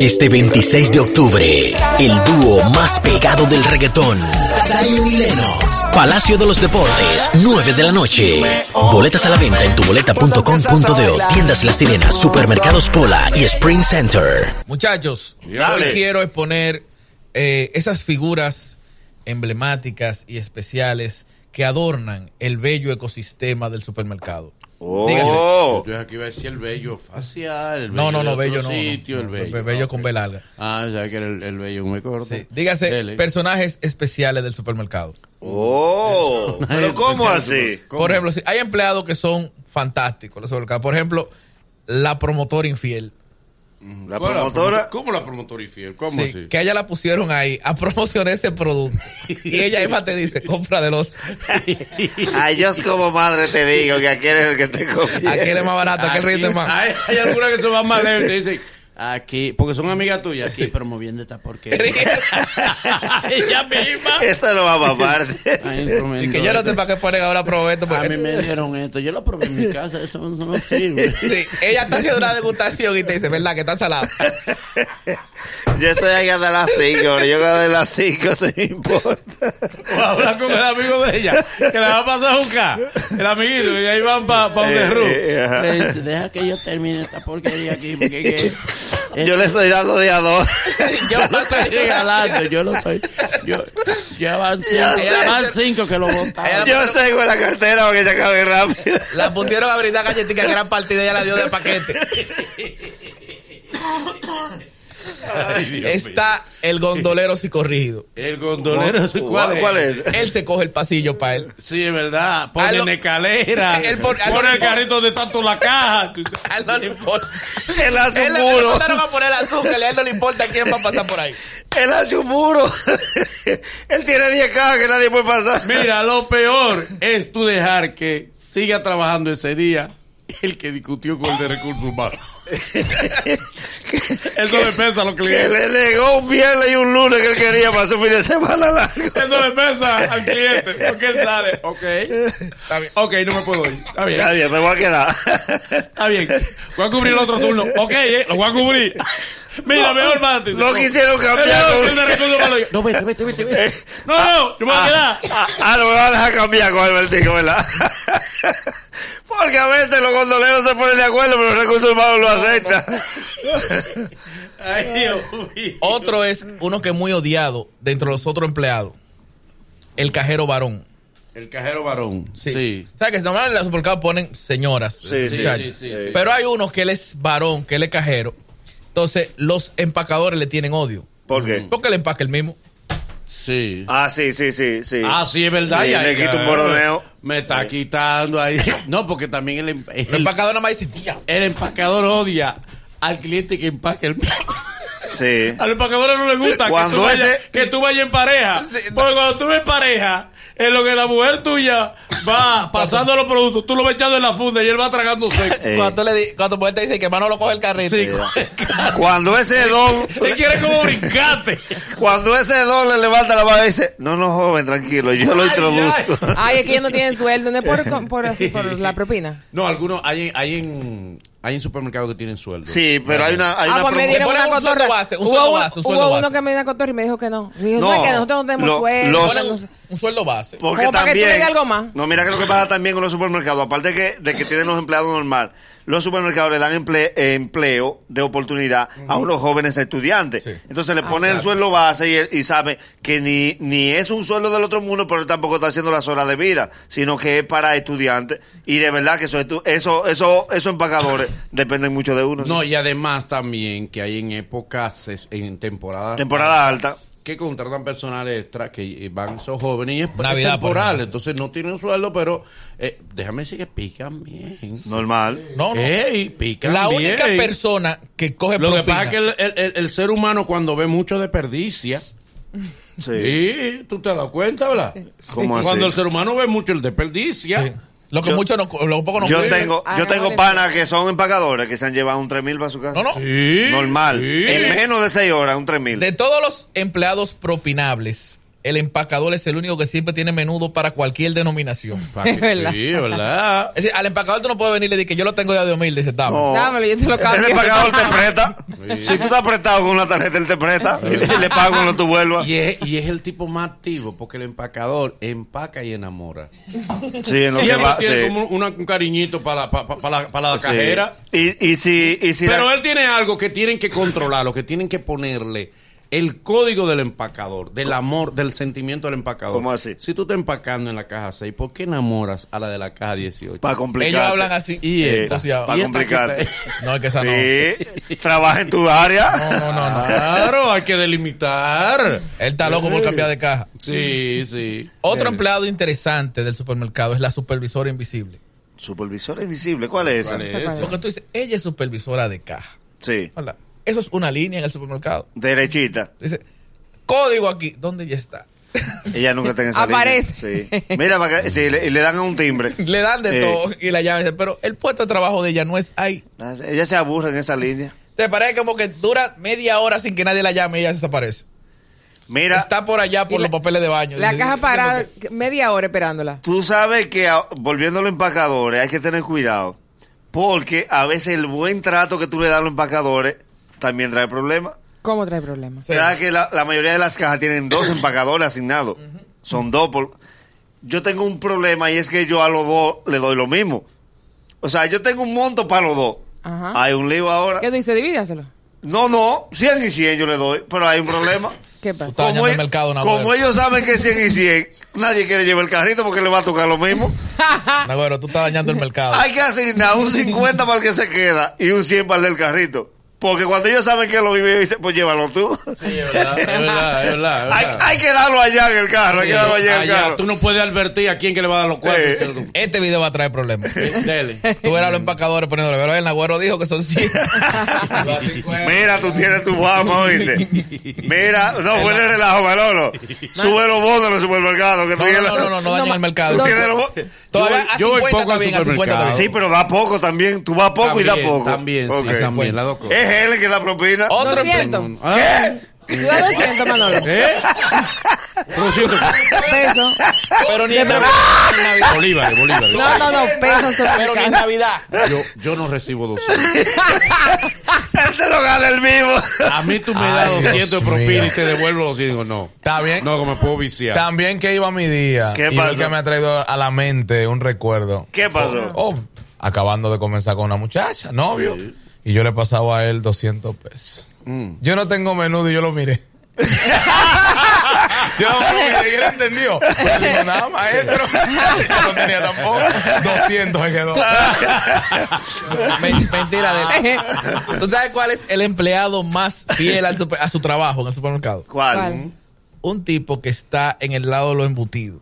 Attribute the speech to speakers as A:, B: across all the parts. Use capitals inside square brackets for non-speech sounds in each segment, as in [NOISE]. A: Este 26 de octubre, el dúo más pegado del reggaetón, Zion y Lennox, Palacio de los Deportes, 9 de la noche. Boletas a la venta en tuboleta.com.de, tiendas La Sirena, supermercados Pola y Spring Center.
B: Muchachos, hoy quiero exponer eh, esas figuras emblemáticas y especiales que adornan el bello ecosistema del supermercado.
C: Oh. Entonces aquí va a decir el vello facial. El
B: No, no, no,
C: de
B: bello
C: otro
B: no. no.
C: sitio, el vello.
B: Be- bello con
C: Ok.
B: B larga.
C: Ah, ya que era el, el vello me corto.
B: Sí. Dígase,
C: Dele.
B: personajes especiales del supermercado.
D: Oh, [LAUGHS] pero ¿cómo así?
C: ¿Cómo?
B: Por ejemplo, si hay empleados que son fantásticos en los supermercados. Por ejemplo, la promotora infiel.
D: La
C: ¿Cómo
D: promotora.
C: ¿Cómo la promotora infiel? ¿Cómo
B: Sí,
C: así?
B: Que a ella la pusieron ahí a promocionar ese
C: [LAUGHS]
B: producto. y ella misma te dice, compra de los...
D: Ay, yo como madre te digo que aquel es el que
B: [LAUGHS]
D: te
B: Aquel
D: conviene.
B: es más barato, aquel rinde más.
C: Hay, hay algunas que son más más lejos y
B: [LAUGHS]
C: te dicen, aquí, porque son amigas tuyas, aquí promoviendo esta porquería.
B: [LAUGHS]
C: Ella misma.
D: Esto no va para
C: [LAUGHS]
D: parte.
C: Ay,
B: Y [LAUGHS]
C: promoviendo
B: que yo no sé
C: esto.
B: para qué ponen ahora provecho esto.
C: este. A
B: porque-
C: mí me dieron esto, yo lo probé en mi casa, eso no no sirve.
B: [LAUGHS] Sí, ella está haciendo una degustación y te dice, ¿verdad? Que está
D: [LAUGHS]
B: salado.
D: Yo estoy aquí hasta las 5, pero yo de las 5 se me importa.
C: [LAUGHS] O hablar con el amigo de ella, que la va a pasar a buscar. El amiguito, y ahí van para pa
D: Eh, eh, ajá.
C: Le dice, deja que yo termine esta porquería aquí, porque es que...
D: [LAUGHS] Yo le estoy dando de a dos. [LAUGHS]
B: Yo no
C: estoy
B: soy-
C: regalando, yo lo estoy... Yo, ya van cinco,
D: Ya
C: van cinco que lo botaron.
D: Yo estoy con la cartera porque se acabe rápido.
B: La pusieron a brindar galletica en gran partida y ella la dio de paquete. Está el gondolero psicorrígido.
C: El gondolero,
D: ¿Cuál, cuál es?
B: Él se coge el pasillo para él.
C: Sí, es verdad.
B: A
C: Pone
B: lo-
D: [LAUGHS]
C: en escalera.
B: Él pon- a lo-
C: pone el carrito de tanto la caja. tú sabes.
B: A él no le importa.
D: Él
B: A
D: hace
B: Él
D: un
B: le le
D: muro.
B: mandaron a poner azúcar y a él no le importa quién va a pasar por ahí.
D: Él hace un muro. [LAUGHS] Él tiene 10 cajas que nadie puede pasar.
C: Mira, lo peor es tú dejar que siga trabajando ese día el que discutió con el de recursos humanos. Eso le pesa a los
D: Que
C: clientes.
D: le negó un viernes y un lunes que él quería para su fin de semana largo.
C: Eso le pesa al cliente. Porque él sale, ok.
B: Está bien.
C: Ok, no me puedo ir. Está bien.
D: Está bien, me voy a quedar.
C: Está bien. Voy a cubrir el otro turno. Ok, eh, lo voy a cubrir. Mira, mejor mate.
D: No quisieron cambiar.
C: No,
D: con-
C: el de recursos humanos dijo, "No, vete, vete, vete, vete. No, no, yo me voy a
D: Ah,
C: quedar.
D: ah, ah, no me va a dejar cambiar con Albertico, ¿verdad? Porque a veces los gondoleros se ponen de acuerdo, pero el recurso humano lo acepta.
C: Ay, Dios mío.
B: Otro es uno que es muy odiado dentro de los otros empleados. El cajero varón.
C: El cajero varón.
B: Sí. O sea, que normalmente en los supermercados ponen señoras.
D: Sí, sí,
B: muchachos.
C: sí, sí, sí.
B: Pero hay unos que él es varón, que él es cajero. Entonces, los empacadores le tienen odio.
D: ¿Por qué?
B: Porque le empaca el mismo.
C: Sí.
D: Ah, sí, sí, sí, sí.
C: Ah, sí, es verdad.
D: Sí,
C: ya,
D: le
C: ya,
D: quito un
C: ya.
D: boroneo.
C: Me está quitando
D: [LAUGHS]
C: ahí. No, porque también el, em-, el,
B: El empacador nada más dice, tía.
C: el empacador odia al cliente que empaca el
D: [LAUGHS] Sí.
C: Al empacador no le gusta que,
D: Cuando
C: tú vayas,
D: ese-
C: que tú vayas en pareja.
B: Sí, no.
C: Porque cuando tú ves pareja, en lo que la mujer tuya
D: [LAUGHS]
C: va pasando los productos, tú lo vas echando en la funda y él va tragando seco.
D: Eh.
B: Cuando, tú le di- cuando tu mujer te dice que mano lo coge el carrito. [LAUGHS]
C: Sí,
D: Cuando ese don,
C: él quiere como brincate.
D: cuando ese don le levanta la mano y dice, no, no, joven, tranquilo, yo lo
C: Ay,
D: introduzco.
E: Ay, aquí no tienen sueldo, no es por, por, así, por la propina.
C: No, algunos hay, en- hay en hay en supermercados que tienen sueldo.
D: Sí, pero hay una, hay
E: ah,
D: una
E: pues me
D: promo-
B: dice-
E: dieron
B: Le
E: una
B: ponen un sueldo
E: cotorra.
B: base, un
E: hubo
B: sueldo
E: un-
B: base, un
E: hubo
B: sueldo
E: uno
B: base.
E: que me dio una cotorra y me dijo que no. Me dijo, no,
D: No,
E: es que nosotros no tenemos
D: lo-
E: sueldo.
D: los-
B: Ponen
E: no
B: un,
E: sé.
B: un sueldo base.
D: Porque
E: Como para que tú
D: también,
E: le des algo más.
D: No, mira que lo que pasa también con los supermercados, aparte que, de que tienen los empleados normal, los supermercados le dan emple- eh, empleo de oportunidad a unos jóvenes estudiantes.
B: Sí.
D: Entonces le ponen el sueldo base y, el- y saben que ni, ni es un sueldo del otro mundo, pero tampoco está haciendo las horas de vida, sino que es para estudiantes. Y de verdad que eso, estu- eso, eso, esos empacadores dependen mucho de uno.
C: No,
D: ¿sí?
C: y además también que hay en épocas, es- en temporadas
D: Temporada alta.
C: que contratan personal extra que eh, van, son jóvenes y es, es
B: Navidad, por
C: temporal,
B: ejemplo.
C: entonces no tienen sueldo, pero eh, déjame decir que pican bien.
D: Normal.
B: No, no.
C: Ey, pican
B: la
C: bien.
B: única persona que coge
C: Lo que
B: propina-
C: pasa es que el, el- el- el ser humano cuando ve mucho desperdicia,
D: Sí.
C: y tú te das cuenta, ¿verdad?
D: ¿Cómo así?
C: Cuando el ser humano ve mucho el desperdicia,
B: Sí. Lo que
D: Yo-
B: mucho no, cu- lo poco no
D: Yo
B: cuidan.
D: tengo, yo
E: Hagámosle
D: tengo panas que son empacadores que se han llevado un 3000 para su casa.
B: No, no.
C: Sí,
D: Normal.
C: sí.
D: En menos de 6 horas, un 3000.
B: De todos los empleados propinables, el empacador es el único que siempre tiene menudo para cualquier denominación.
C: Pa' que-
E: verdad.
C: Sí, ¿verdad?
B: Es decir, al empacador tú no puedes venirle y decir que yo lo tengo ya de 2000, dice, dame.
D: No.
E: Dámelo, yo te lo
D: El
E: cambio.
D: empacador Este te presta. Si tú estás prestado con una tarjeta, él te presta. Y le paga cuando tú vuelvas.
C: Y es, y es el tipo más activo porque el empacador empaca y enamora.
D: Sí, en lo que
C: Siempre
D: va.
C: tiene
D: sí.
C: como un, una- un cariñito para la, pa- pa- pa la- pa la
D: Sí.
C: cajera.
D: Y, y si, y si
C: Pero
D: la-
C: él tiene algo que tienen que controlarlo, que tienen que ponerle el código del empacador, del amor, del sentimiento del empacador.
D: ¿Cómo así?
C: Si tú estás empacando en la caja 6, ¿por qué enamoras a la de la caja 18?
D: para complicar.
B: Ellos hablan así. Eh,
C: Y
D: Sí,
C: esta.
B: entonces ya-
D: para
C: Y esta
D: complicarte.
C: que
B: No, es que esa no.
D: Sí, trabaja en tu área.
B: No, no, no, no.
C: Claro, hay que delimitar.
B: Él está loco por cambiar de caja.
C: Sí, sí.
B: Otro
C: Sí.
B: empleado interesante del supermercado es la supervisora invisible.
D: Supervisor invisible, ¿cuál es esa?
C: ¿Cuál es?
E: Sepa-
B: Porque tú dices, ella es supervisora de caja.
D: Sí,
B: Hola. Eso es una línea en el supermercado.
D: derechita.
B: Dice, código aquí, ¿dónde ya está?
D: Ella nunca está en esa línea.
E: Aparece.
D: Sí. Mira, para que, sí, le, y le dan un timbre.
B: Le dan de
D: Eh.
B: todo y la llaman. y dicen, Pero el puesto de trabajo de ella no es ahí.
D: Ella se aburre en esa línea.
B: ¿Te parece como que dura media hora sin que nadie la llame y ella desaparece?
D: Mira,
B: Está por allá por
E: Y la-
B: los papeles de
E: [LAUGHS]
B: baño.
E: La
B: Dice,
E: caja
B: "Yo
E: parada,
B: no
E: que- media hora esperándola.
D: tú sabes que a- volviendo a los empacadores, hay que tener cuidado. Porque a veces el buen trato que tú le das a los empacadores también trae problemas.
E: ¿Cómo trae problemas?
B: Sí.
D: ¿Sabes que la, la mayoría de las cajas
B: [COUGHS]
D: tienen dos empacadores asignados? Son dos. por- Yo tengo un problema y es que yo a los dos le doy lo mismo. O sea, yo tengo un monto para los dos.
E: Ajá.
D: Hay un lío ahora.
E: ¿Qué tú dices? Divídaselo.
D: No, no, 100 y 100 yo le doy, pero hay un problema.
E: ¿Qué
B: [COUGHS] Está
E: pasa?
B: dañando
D: Como,
B: el
D: e-
B: mercado, Nagüero.
D: como ellos saben que es 100 y 100, nadie quiere llevar el carrito porque le va a tocar lo mismo.
B: te- Nagüero, tú estás dañando el mercado.
D: Hay que
B: [LAUGHS]
D: asignar un 50 para el que se queda y un 100 para el del carrito. Porque cuando ellos saben que lo vive, dicen, pues llévalo tú.
C: Sí, es verdad, es verdad, es verdad, es
D: hay,
C: verdad.
D: hay que darlo allá en el carro, hay que darlo allá en el
C: Allá,
D: carro.
C: tú no puedes advertir a quién que le va a dar los cuartos.
D: Eh.
C: ¿cierto?
B: Este video va a traer problemas.
C: Dele.
B: Tú verás a los empacadores poniéndole, pero el Nagüero dijo que son 100.
D: Mira, tú tienes tu fama,
C: [LAUGHS]
D: oíste. Mira, no, huele relajo, Manolo. Sube los bonos en el supermercado. Que tú
B: No,
D: tienes
B: no,
D: la-
B: no, no, no, no dañen el mercado.
D: tú tienes los bonos.
B: Todavía
C: Yo-
B: a
C: yo voy
B: 50
C: poco
B: está
C: al
B: bien, a 50 está bien.
D: Sí, pero da poco también. Tú vas poco y da
C: También,
D: poco.
C: También, sí,
D: Ok.
C: también, las dos cosas.
D: Es él el que da propina. [LAUGHS]
B: Otro emple-
E: 200.
C: Ah,
E: Tú das 200,
B: [LAUGHS]
E: Manolo.
C: ¿Eh? Pero siento-
E: Pesos.
B: pero ni en Navidad.
C: Bolívares, bolívares.
E: No, no, no. Pesos
B: Pero ni en
E: supermercado.
B: Navidad.
C: Yo, yo no recibo 200.
D: Él te Este lo gana el mismo. [LAUGHS]
C: A mí tú me das
B: Ay,
C: 200 de
B: Dios
C: propina
B: mío.
C: y te devuelvo 200. No.
F: Está bien.
C: No, que me puedo viciar.
F: También que iba mi día.
D: ¿Qué
F: y
D: pasó?
F: lo que me ha traído a la mente un recuerdo.
D: ¿Qué pasó?
F: Oh, acabando de comenzar con una muchacha, novio. Y yo le pasaba a él 200 pesos. Yo no tengo menudo y yo lo miré. [LAUGHS] yo lo miré y él entendió. Él dijo, nada, maestro. [LAUGHS] yo no tenía tampoco. 200 se quedó.
B: [LAUGHS] Men- mentira de él. ¿Tú sabes cuál es el empleado más fiel al super- a su trabajo en el supermercado?
D: ¿Cuál?
E: ¿Cuál?
B: Un tipo que está en el lado de lo embutido.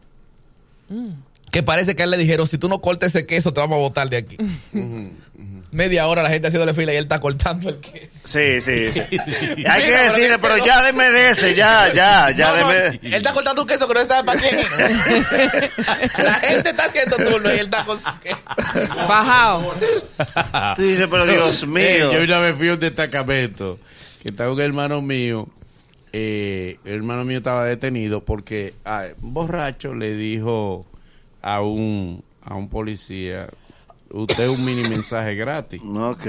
B: Que parece que a él le dijeron, si tú no cortas ese queso, te vamos a botar de
D: [LAUGHS]
B: aquí. Media hora la gente haciéndole fila y él está cortando el queso.
D: Sí,
B: [LAUGHS]
D: sí, sí. Hay que
B: pero
D: decirle,
B: que
D: pero
B: no.
D: ya deme de ese, ya, ya, ya
B: No, no,
D: deme.
B: él está cortando un queso que no sabe para quién. es. la gente está haciendo turno y él está con su queso.
E: Bajado.
B: Ah.
D: Tú dices, pero Dios
C: Eh,
D: mío.
C: yo una vez fui a un destacamento que estaba un hermano mío. eh, el hermano mío estaba detenido porque ah, un borracho le dijo a un, a un policía: Usted un mini mensaje gratis.
B: [LAUGHS]
D: Ok.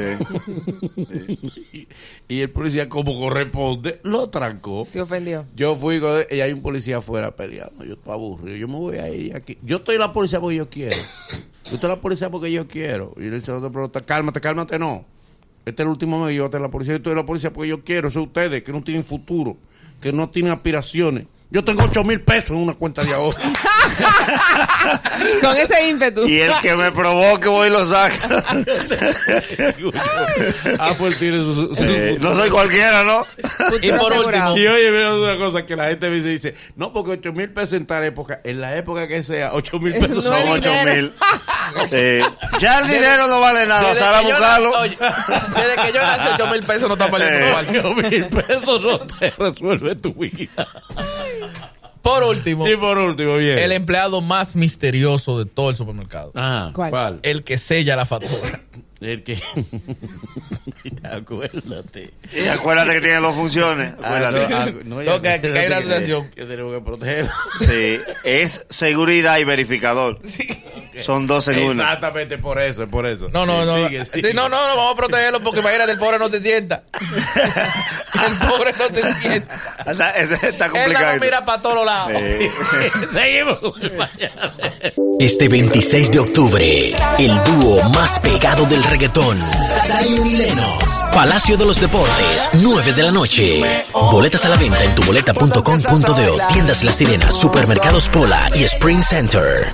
C: Y el policía, como corresponde, lo trancó.
E: Se ofendió.
C: Yo fui con él, y hay un policía afuera peleando. Yo estoy aburrido. Yo me voy a ir aquí. Yo estoy en la policía porque yo quiero. Yo estoy en la policía porque yo quiero. Y le dice el otro, pero ta- cálmate, cálmate, no. Este es el último mes que yo estoy en la policía. Yo estoy en la policía porque yo quiero. Son ustedes que no tienen futuro, que no tienen aspiraciones. Yo tengo 8 mil pesos en una cuenta de ahorro. [LAUGHS]
E: Con ese ímpetu.
D: Y el que me provoque voy y
B: [LAUGHS]
D: lo saca.
C: Digo yo, ah, pues tiene su, su- su
D: Eh,
C: futuro.
D: no soy cualquiera, ¿no?
B: Y por último,
C: Y oye, mira una cosa que la gente me dice, dice, no, porque 8 mil pesos en tal época, en la época que sea, 8 mil pesos
E: Eh, No
C: son
E: es
D: Son
E: dinero.
D: 8 mil. Eh, ya el dinero no vale nada.
B: desde
D: Sara,
B: que, yo
D: buscarlo.
B: nací- oye, desde que yo nací, 8 mil pesos no está perdiendo
D: Eh.
B: cuarto.
C: mil pesos no te resuelve tu vida.
B: Por último,
C: Y por último, bien.
B: el em- empleado más misterioso de todo el supermercado.
C: Ah,
E: ¿Cuál?
C: ¿cuál?
B: El que sella la factura.
C: El que. [LAUGHS] Acuérdate.
D: Y acuérdate que tiene dos funciones. Acuérdate.
C: Ah, no, ah, no,
B: No, que- que hay una
C: [LAUGHS] que-
B: asociación.
C: Que tenemos que proteger.
D: Sí, es seguridad y verificador. Son dos segundos.
C: Exactamente por eso, es por eso.
B: No, no,
C: Sí,
B: no.
C: sigue,
B: Sí,
C: sigue.
B: no, no, no, vamos a protegerlo porque imagínate, el pobre no se sienta. El pobre no se
D: [LAUGHS]
B: sienta.
D: Está, ese está
B: Él nada
D: complicado. Eh,
B: más mira para todos lados.
D: Sí.
C: [LAUGHS] Seguimos.
B: [LAUGHS]
A: Este 26 de octubre, el dúo más pegado del reggaetón. Zion y Lennox. Palacio de los Deportes, 9 de la noche. Boletas a la venta en tuboleta.com.de, tiendas La Sirena, supermercados Pola y Spring Center.